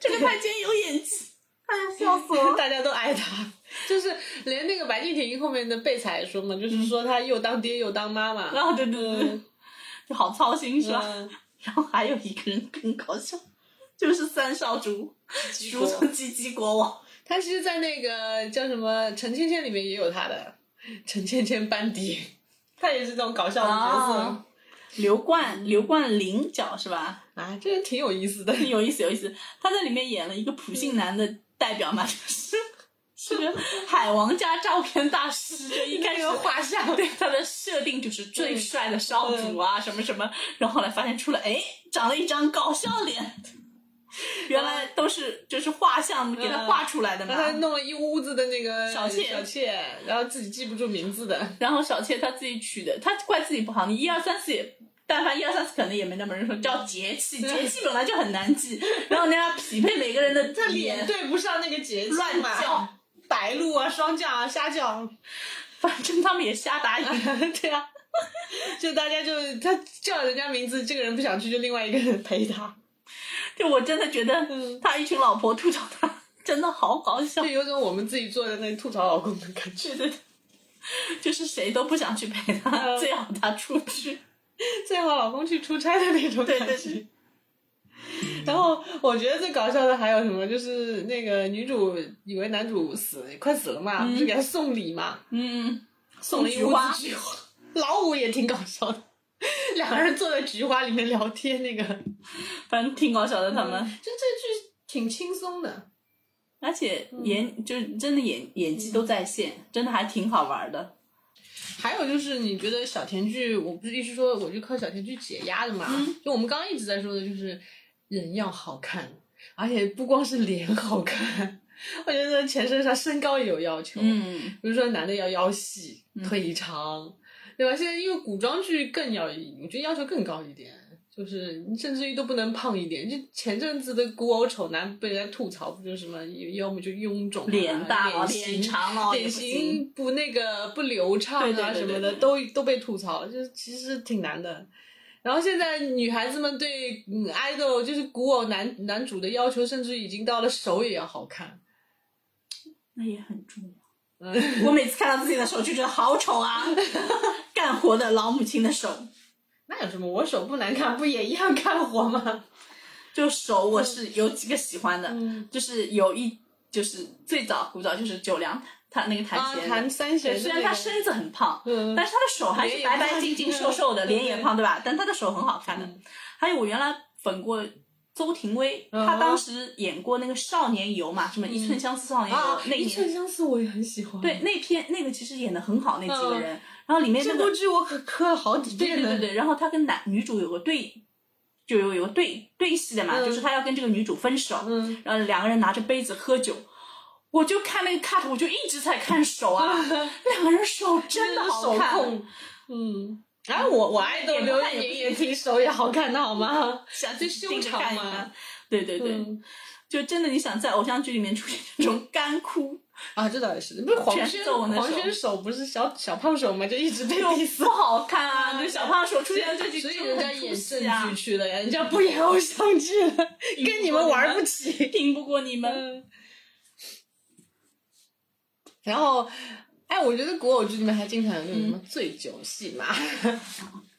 C: 这个太监有演技， 哎呀，笑死我了。
B: 大家都爱他，就是连那个白敬亭后面的备采也说嘛，就是说他又当爹又当妈妈。
C: 然后对对对对
B: 嗯，
C: 就好操心是吧？
B: 嗯
C: 然后还有一个人更搞笑，就是三少主，
B: 国
C: 俗称鸡鸡国王。
B: 他其实，在那个叫什么《陈芊芊》里面也有他的，陈芊芊班底，他也是这种搞笑的角色
C: 啊刘冠刘冠霖叫是吧？
B: 啊，这人挺有意思的。
C: 有意思有意思，他在里面演了一个普信男的代表嘛，就是 是个海王加照片大师，就一开
B: 那
C: 始
B: 个画像，
C: 对他的设定就是
B: 嗯
C: 最帅的少主啊，什么什么，然后后来发现出了，哎，长了一张搞笑脸， 原来都是就是画像给
B: 嗯
C: 他画出来的嘛。
B: 然后他弄了一屋子的那个
C: 小妾
B: 小妾，然后自己记不住名字的。
C: 然后小妾她自己取的，她怪自己不好，你一二三四也。但凡一二三四可能也没那么人说叫节气，节气本来就很难记，然后你要匹配每个人 的
B: 他脸对不上那个节气
C: 乱
B: 嘛，
C: 叫，
B: 白鹭啊、霜降啊、虾降，
C: 反正他们也瞎打野。
B: 对啊，就大家就他叫人家名字，这个人不想去，就另外一个人陪他，
C: 就我真的觉得
B: 嗯
C: 他一群老婆吐槽他，真的好搞笑
B: 就。有种我们自己坐在那里吐槽老公的感觉。
C: 对对，就是谁都不想去陪他，
B: 嗯
C: 最好他出去。
B: 最好老公去出差的那种感觉。
C: 对对对
B: 然后我觉得最搞笑的还有什么，就是那个女主以为男主死快死了嘛，不是给他送礼嘛，
C: 嗯，
B: 送了一
C: 菊
B: 屋
C: 花
B: 子菊花。老五也挺搞笑的，两个人坐在菊花里面聊天，那个就这
C: 嗯反正挺搞笑的，他们，
B: 剧挺轻松的。
C: 嗯而且演就是真的演演技都在线，真的还挺好玩的。
B: 还有就是，你觉得小甜剧，我不是一直说我就靠小甜剧解压的嘛？
C: 嗯
B: 就我们刚刚一直在说的，就是人要好看，而且不光是脸好看， 我觉得全身上身高也有要求。，
C: 嗯，
B: 比如说男的要腰细、腿长，对吧？现在因为古装剧更要，我觉得要求更高一点，就是你甚至于都不能胖一点。就前阵子的古偶丑男被人家吐槽，不就是什么要么就臃肿啊、
C: 嗯脸大了，
B: 脸
C: 脸
B: 型
C: 长哦了，也
B: 典
C: 不行。
B: 型不那个不流畅
C: 对对
B: 啊
C: 对对
B: 什么的，
C: 对
B: 都都被吐槽，就是其实挺难的。然后现在女孩子们对嗯 idol 就是古偶男男主的要求，甚至已经到了手也要好看。
C: 那也很重要。
B: 嗯，
C: 我每次看到自己的手就觉得好丑啊！ 干活的老母亲的手，
B: 那有什么？我手不难看，不也一样干活吗？
C: 就手我是有几个喜欢的，
B: 嗯
C: 就是有一就是最早古早就是九良他那个 弹
B: 啊，
C: 弦的，
B: 弹三弦的那个，
C: 虽然他身子很胖，
B: 嗯
C: 但是他的手还是白白净净、瘦瘦的，
B: 脸
C: 脸也
B: 也胖
C: 胖，对吧？但他的手很好看的
B: 嗯。
C: 还有我原来粉过邹庭薇，
B: 嗯
C: 她当时演过那个《少年游》嘛，什么《一寸相思少年游》
B: 啊，
C: 那
B: 一寸
C: 年，
B: 相思我也很喜欢。
C: 对，那篇那个其实演的很好，那几个人，
B: 嗯
C: 然后里面那
B: 这部
C: 个
B: 剧我可磕了好几
C: 对
B: 遍
C: 对
B: 了。
C: 对对，然后他跟男女主有个对，就有有个对对戏的嘛，
B: 嗯
C: 就是他要跟这个女主分手，
B: 嗯
C: 然后两个人拿着杯子喝酒。我就看那个 cut，我就一直在看手 啊，两个人手真的好看，
B: 手控，嗯。然后我我爱豆刘若英也挺手也好看的好吗？
C: 想
B: 就
C: 去
B: 修
C: 盯着
B: 长
C: 看一
B: 嘛
C: 看。对对 对，
B: 嗯
C: 就真的你想在偶像剧里面出现这种干 哭，
B: 啊，这倒也是，不是黄
C: 全
B: 轩
C: 揍我那
B: 黄
C: 手哎
B: 轩手不是小小胖手嘛，就一直被
C: 就
B: diss
C: 不好看
B: 啊
C: 啊！就小胖手出
B: 所以
C: 现在这
B: 所以
C: 剧
B: 人
C: 中
B: 家
C: 很出
B: 演正
C: 戏啊
B: 剧，去了呀，人家不演偶像剧了，跟你们玩不起。
C: 顶不过你们。
B: 嗯。然后，哎，我觉得古偶剧里面还经常有那种什么
C: 嗯
B: 醉酒戏嘛，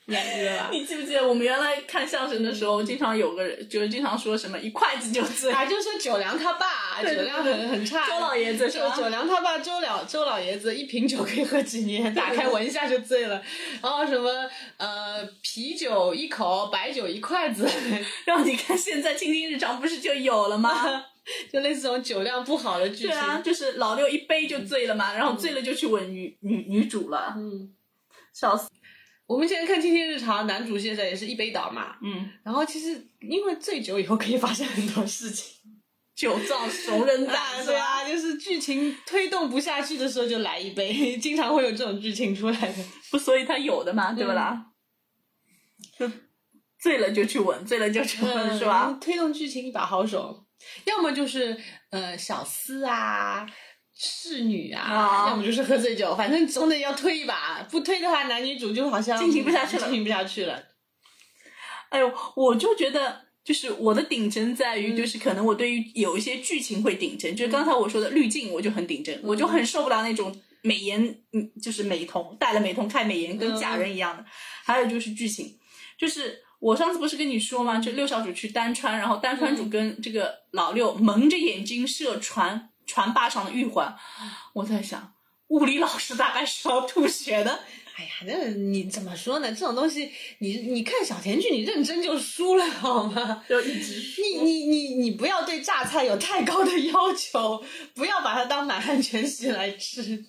B: 你还记得吧？
C: 你记不记得我们原来看相声的时候，经常有个人就是经常说什么一筷 子就醉，
B: 啊，就说九良他爸，
C: 对
B: 酒
C: 对
B: 量
C: 对
B: 很很差。
C: 周老爷子是
B: 就
C: 吧？
B: 九良他爸周老周老爷子一瓶酒可以喝几 年，打开闻一下就醉了。然后什么呃啤酒一口，白酒一筷子，
C: 让你看现在《青青日常》不是就有了吗？
B: 就类似这种酒量不好的剧
C: 对
B: 情。
C: 啊，嗯就是嗯老六一杯就醉了嘛，然后醉了就去吻女女女主了，
B: 嗯，
C: 笑死。
B: 我们现在看《青青日常》，男主现在也是一杯倒嘛。
C: 嗯，
B: 然后其实因为醉酒以后可以发生很多事情。
C: 酒壮怂人胆，
B: 对
C: 是吧
B: 啊，就是剧情推动不下去的时候就来一杯， 经常会有这种剧情出来的。
C: 不，所以他有的嘛，对不啦？就 醉了就去吻，醉了就去吻，
B: 嗯，
C: 是吧？？
B: 推动剧情一把好手，要么就是呃小厮啊、侍女啊，
C: 啊
B: 要么就是喝醉酒，反正总得要推一把。不推的话，男女主就好像
C: 进行不下去了
B: 进行不下去了。
C: 哎呦，我就觉得。就是我的顶针在于，就是可能我对于有一些剧情会顶针，就是刚才我说的滤镜，我就很顶针，我就很受不了那种美颜，嗯，就是美瞳戴了美瞳开美颜，跟假人一样的。还有就是剧情，就是我上次不是跟你说吗？就六少主去单川，然后单川主跟这个老六蒙着眼睛射船船坝上的玉环，我在想，物理老师大概是要吐血的。
B: 哎呀，那你怎么说呢？这种东西，你你看小甜剧，你认真就输了好吗？
C: 就一直
B: 你你你你不要对榨菜有太高的要求，不要把它当满汉全席来吃。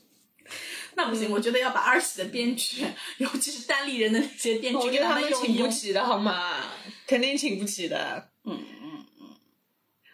C: 那不
B: 嗯
C: 行，我觉得要把二喜的编剧，尤其是单立人的那些编剧，
B: 我觉
C: 给
B: 得他
C: 们
B: 们
C: 用
B: 请
C: 一
B: 不
C: 用。
B: 起的好吗？ 肯定请不起的。
C: 嗯嗯，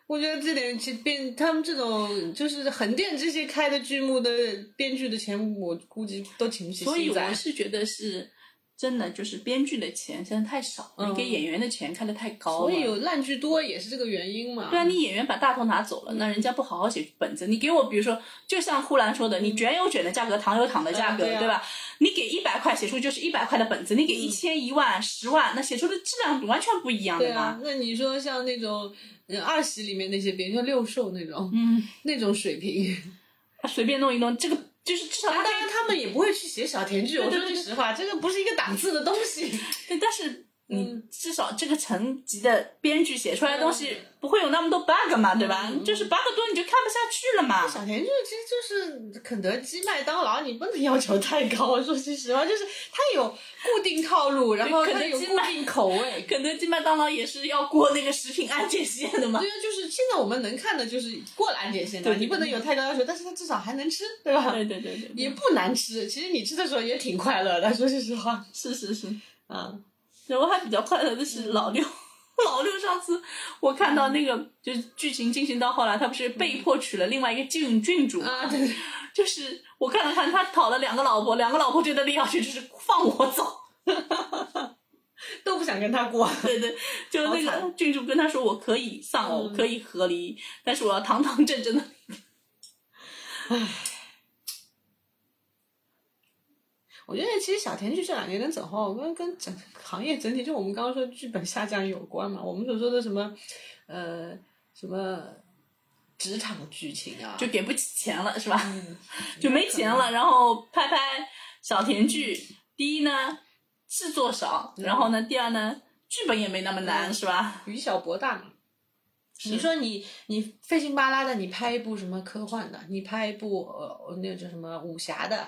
B: 我觉得这点其编他们这种就是横店这些开的剧目的编剧的钱，我估计都请不起
C: 所以
B: 现在
C: 我是觉得是。真的就是编剧的钱现在太少了，你给
B: 嗯
C: 演员的钱开的太高
B: 所
C: 了。
B: 以有烂剧多也是这个原因嘛。
C: 对啊，你演员把大头拿走了，那人家不好好写本子，你给我，比如说，就像呼兰说的，你卷有卷的价格，糖有糖的价格，
B: 嗯嗯对啊嗯
C: 吧？你给一百块写出就是一百块的本子，你给一千、一万、十万，那写出的质量完全不一样
B: 对
C: 的
B: 啊
C: 嘛。，
B: 那你说像那种嗯二喜里面那些别人就六兽那种、
C: 嗯，
B: 那种水 平，
C: 随便弄一弄，这个就是至少
B: 当
C: 他可以
B: 然他们也不会去写小甜剧。我说句实话，这个不是一个档次的东 西。
C: 对，但是你
B: 嗯
C: 至少这个层级的编剧写出来的东西
B: 嗯
C: 不会有那么多 bug 嘛，对吧？
B: 嗯
C: 就是 bug 多你就看不下去了嘛。
B: 小甜剧其实就是肯德基、麦当劳，你不能要求太高。我说句实话，就是它有固定套路，然后
C: 肯
B: 它
C: 德
B: 有
C: 基
B: 固
C: 麦
B: 定口味。
C: 肯德基、麦当劳也是要过那个食品安检线的嘛
B: 对。啊，就是现在我们能看的就是过了安检线的，
C: 对
B: 你不能有太高要求，但是它至少还能吃，对吧？
C: 对对对对，
B: 也不难吃，其实你吃的时候也挺快乐的。说句实话，
C: 是是是。
B: 啊，
C: 然后还比较快乐的是老六，老六上次我看到那个就是剧情进行到后来，他不是被迫娶了另外一个郡郡主
B: 啊
C: 嘛
B: 对对，
C: 就是我看了看他讨了两个老婆，两个老婆觉得李小去就是放我走，
B: 都不想跟他过。
C: 对对，就那
B: 好
C: 个郡主跟他说我可以丧偶，
B: 嗯
C: 可以和离，但是我要堂堂正正的。
B: 我觉得其实小甜剧这两年能走红，跟跟整个行业整体，就我们刚刚说剧本下降有关嘛。我们所说的什么，呃，什么职场剧情啊，
C: 就给不起钱了，是吧？
B: 嗯
C: 就没钱了，然后拍拍小甜剧。第一呢，制作少，然后呢，第二呢，剧本也没那么难，
B: 嗯
C: 是吧？
B: 以小博大嘛。
C: 是
B: 你说你你费劲巴拉的，你拍一部什么科幻的，你拍一部呃那个叫什么武侠的，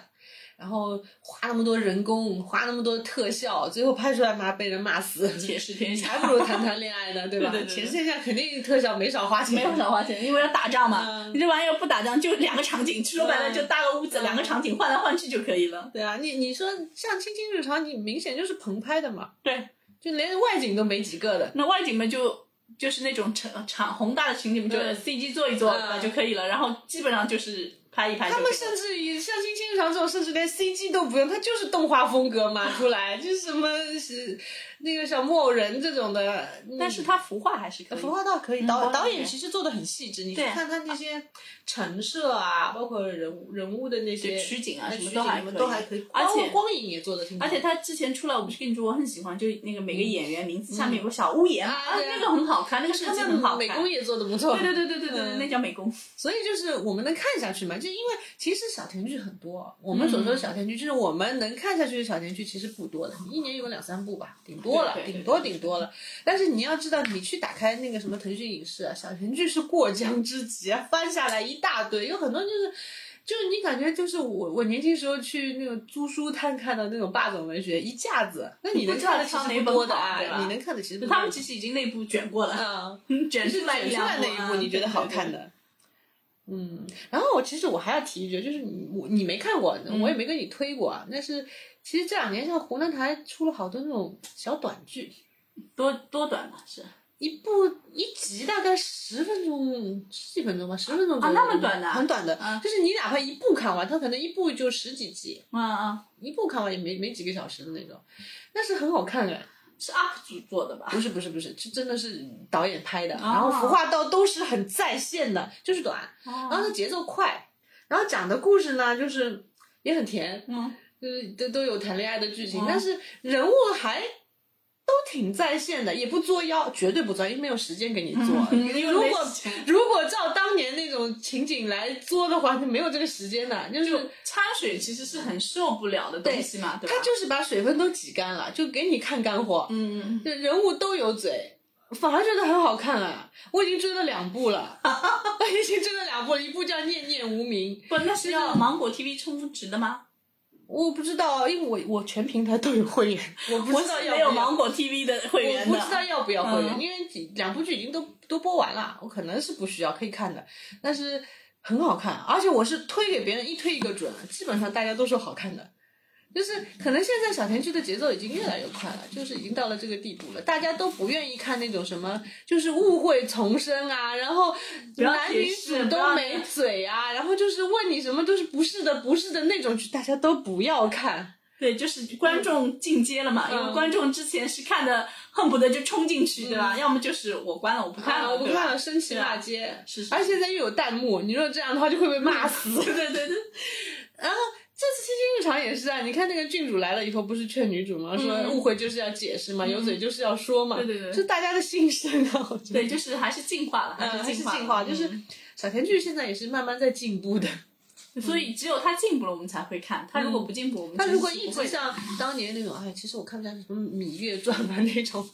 B: 然后花那么多人工，花那么多特效，最后拍出来嘛被人骂死，
C: 且是天
B: 嗯还
C: 下，
B: 不如谈谈恋爱呢，对吧？
C: 对对对对
B: 前线下肯定特效没少花钱，
C: 没有少花钱，因为要打仗嘛。
B: 嗯
C: 你这玩意儿不打仗，就两个场景，说白了就搭个屋子，
B: 嗯
C: 两个场景换来换去就可以了。
B: 对啊，你你说像《青青日常》，你明显就是棚拍的嘛，
C: 对，
B: 就连外景都没几个的。
C: 那外景嘛就。就是那种场场宏大的情景，就
B: 嗯
C: CG 做一做
B: 嗯
C: 那就可以了，然后基本上就是拍一拍就可
B: 他
C: 以了。
B: 们甚至于像《青青日常》这种，甚至连 CG 都不用，它就是动画风格嘛，出来就是什么是那个小木偶人这种的。嗯
C: 但是它服化还是可以的。
B: 服化道可以，
C: 嗯
B: 导
C: 导演
B: 导演其实做的很细致，你去
C: 对
B: 看他那些陈设啊，包括人物人物的那些
C: 对取景啊
B: 那
C: 什么
B: 取
C: 都
B: 景
C: 还
B: 什么
C: 可
B: 都
C: 以
B: 还可以，
C: 而
B: 包括
C: 且
B: 光影也做的挺好，
C: 而且他之前出来，我不是跟你说我很喜欢，就是那个每个演员名字下面有个小屋檐嘛，
B: 嗯啊
C: 啊，
B: 对啊
C: 那个很好看，那个设
B: 他
C: 计很好
B: 们
C: 看。
B: 美工也做的不错，
C: 对对对对对对，对
B: 嗯
C: 那叫美工。
B: 所以就是我们能看下去嘛，就因为其实小甜剧很多，我们所
C: 嗯
B: 说的小甜剧就是我们能看下去的小甜剧其实不多的，一年有两三部吧，顶多了
C: 对，对对
B: 顶多顶多了。但是你要知道，你去打开那个什么腾讯影视啊，小甜剧是过江之鲫，啊翻下来一大堆，有很多就是。就是你感觉就是我我年轻时候去那个租书摊看到那种霸总文学一架子，那你能看的其实不多的啊
C: 你不知道挑哪一本，好
B: 你能看的其实不
C: 就
B: 多
C: 他们其实已经内部卷过了，
B: 嗯，
C: 卷
B: 就是
C: 出来
B: 选
C: 一
B: 出
C: 两
B: 来那一
C: 啊
B: 部你觉得好看。的。嗯，然后我其实我还要提一句，就是你我你没看过，我也没跟你推过啊。但是其实这两年像湖南台出了好多那种小短剧，
C: 对对对多多短吧，是啊，
B: 一部一集大概十分钟、十几分钟吧，十分钟左右
C: 那么短的啊
B: 很短的，嗯
C: 啊
B: 就是你哪怕一部看完，它可能一部就十几集，
C: 啊，
B: 一部看完也没没几个小时的那种，但是很好看哎、
C: 是 UP 主做的吧？
B: 不是不是不是，这真的是导演拍的，
C: 哦
B: 然后服化道都是很在线的，就是短，然
C: 哦嗯
B: 后它节奏快，然后讲的故事呢就是也很甜，
C: 嗯，
B: 就是都都有谈恋爱的剧情，
C: 嗯
B: 但是人物还。都挺在线的，也不作妖，绝对不作妖，因为没有时间给你做。
C: 嗯
B: 你
C: 因为
B: 如
C: 没
B: 果
C: 时间
B: 如果照当年那种情景来作的话，就没有这个时间的。就是
C: 就掺水其实是很受不了的东西嘛，对吧？
B: 他就是把水分都挤干了，就给你看干货。
C: 嗯嗯
B: 这人物都有嘴，反而觉得很好看了。我已经追了两部 了，我已经追了两部了，一部叫《念念无名》，
C: 嗯，不，那是要芒果 TV 充值的吗？
B: 我不知道，因为我我全平台都有会员，我不
C: 我
B: 知道
C: 是
B: 要
C: 没
B: 不要
C: 有芒果 TV 的会
B: 我
C: 员
B: 不知道
C: 的。
B: 要不要会员，
C: 嗯
B: 因为几两部剧已经都都播完了，我可能是不需要可以看的，但是很好看，而且我是推给别人一推一个准，基本上大家都说好看的。就是可能现在小甜剧的节奏已经越来越快了，就是已经到了这个地步了，大家都不愿意看那种什么，就是误会丛生啊，然后
C: 要
B: 男女
C: 解释
B: 主
C: 不
B: 都
C: 要
B: 没嘴啊，然后就是问你什么都是不是的不是的那种剧，大家都不要看。
C: 对，就是观众进阶了嘛，
B: 嗯
C: 因为观众之前是看的恨不得就冲进去，对吧？要么就是我关了，我不看了，
B: 嗯啊我不
C: 对吧
B: 看了，升旗
C: 对啊
B: 骂街。
C: 是是
B: 而且现在又有弹幕，你若这样的话就会被骂死。
C: 对对对对，
B: 然后这次《星星日常》也是啊，你看那个郡主来了以后，不是劝女主吗？说
C: 嗯
B: 误会就是要解释嘛，有嘴就是要说嘛，
C: 对对对
B: 是大家的心声啊，我觉得。
C: 对，就是还是进化了，
B: 嗯，还是
C: 进化了，
B: 进化，就是
C: 嗯
B: 小甜剧现在也是慢慢在进步 的。
C: 所以只有他进步了，我们才会看；他如果不进步，我们
B: 嗯他如果
C: 真是
B: 一
C: 不会
B: 直像当年那种，哎，其实我看不下去什么《芈月传》啊那种，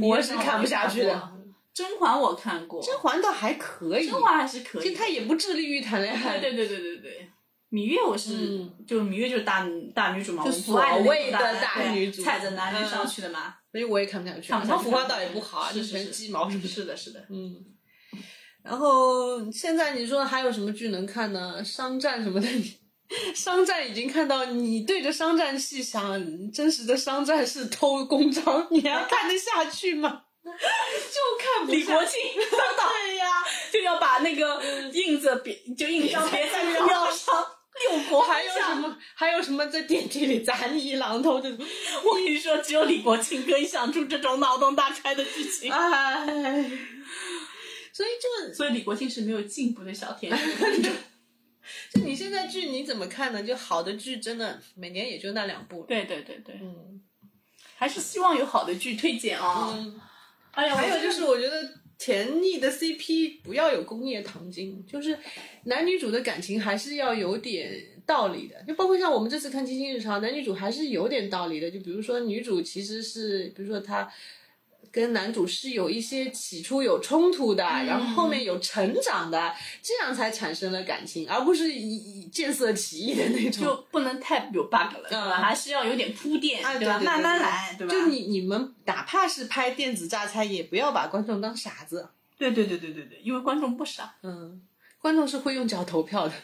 C: 的
B: 我是看不下去的。。
C: 甄嬛我看过，
B: 嗯甄嬛倒啊还可以，
C: 甄嬛还是可以
B: 其
C: 的，
B: 实她也不致力于谈恋爱，
C: 对对对对对对。芈月我是、就芈月就是大大女主嘛，
B: 嗯就
C: 我们不爱那种
B: 所谓的
C: 大
B: 大女主
C: 对踩着男人
B: 嗯
C: 上去的嘛。
B: 所以我也看不下去。
C: 看不下去
B: 她服化道也不好啊，
C: 是
B: 就是全
C: 是
B: 鸡毛什么的。
C: 是的，是的，
B: 嗯。然后现在你说还有什么剧能看呢？商战什么的， 你商战已经看到你对着商战戏想，真实的商战是偷公章，你还看得下去吗？ 就看不
C: 李
B: 下
C: 国
B: 去。
C: 庆
B: 对呀、
C: 就要把那个印子别就印章别在人腰 上。六国
B: 还有什？么？还有什么在电梯里砸你一榔头这种？
C: 我跟你说，只有李国庆可以想出这种脑洞大开的剧情。
B: 哎，所以就
C: 所以李国庆是没有进步的小甜 甜。
B: 就你现在剧你怎么看呢？就好的剧真的每年也就那两部了。
C: 对对对对，
B: 嗯
C: 还是希望有好的剧推荐啊、
B: 嗯，
C: 哎呀，
B: 还有
C: 我
B: 就是我觉得。甜腻的 CP 不要有工业糖精，就是男女主的感情还是要有点道理的。就包括像我们这次看《清新日常》，男女主还是有点道理的。就比如说女主其实是，比如说她跟男主是有一些起初有冲突的，
C: 嗯
B: 然后后面有成长的，这样才产生了感情，而不是以以见色起意的那种。
C: 就不能太有 bug 了，对吧？
B: 嗯
C: 还是要有点铺垫，
B: 哎
C: 对吧？
B: 对对对
C: 慢慢来，对吧？
B: 就你你们哪怕是拍电子榨菜，也不要把观众当傻子。
C: 对对对对对对，因为观众不傻，
B: 嗯，观众是会用脚投票的。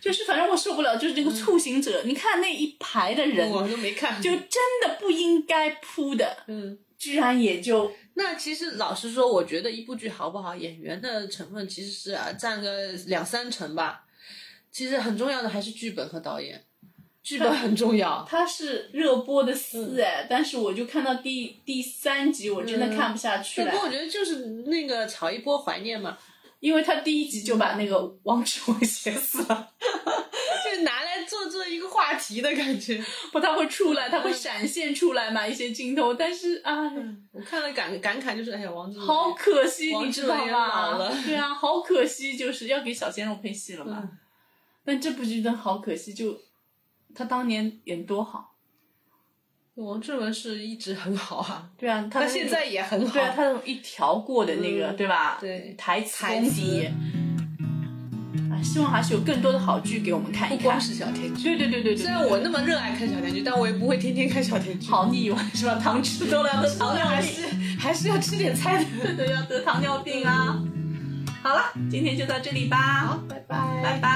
C: 就是反正我受不了，就是这个促行者，你看那一排的人，
B: 我都没看。
C: 就真的不应该铺的，
B: 嗯，
C: 居然也就
B: 那其实老实说，我觉得一部剧好不好，演员的成分其实是啊占个两三成吧。其实很重要的还是剧本和导演，剧本很重 要。
C: 它是热播的四哎、但是我就看到第第三集，我真的看不下去
B: 不
C: 了，
B: 过我觉得就是那个炒一波怀念嘛，
C: 因为他第一集就把那个王志文写死了，
B: 就拿来做做一个话题的感觉。
C: 不，他会出来，他会闪现出来嘛一些镜头，但是哎，
B: 我看了感感慨就是，哎呀，王志文
C: 好可惜，
B: 王
C: 你
B: 志
C: 知
B: 文
C: 道
B: 也老
C: 吧
B: 了？
C: 对啊，好可惜，就是要给小鲜肉配戏了嘛。
B: 嗯
C: 但这部剧真的好可惜，就他当年演多好，
B: 王志文是一直很好啊，
C: 对啊，他
B: 他
C: 的那
B: 现
C: 个
B: 在也很好。
C: 对啊，他那种一条过的那个，
B: 嗯
C: 对吧？
B: 对
C: 台词
B: 台
C: 功底。啊，希望还是有更多的好剧给我们看一
B: 不
C: 看。
B: 光是小甜剧。
C: 对对对对对，
B: 虽然我那么热爱看小甜剧，但我也不会天天看小甜剧。
C: 好腻歪是吧？糖吃多了要得糖
B: 那
C: 尿
B: 还
C: 病，
B: 是还是要吃点菜的。
C: 对对，要得糖尿病啊。好了，今天就到这里吧，
B: 拜拜
C: 拜拜。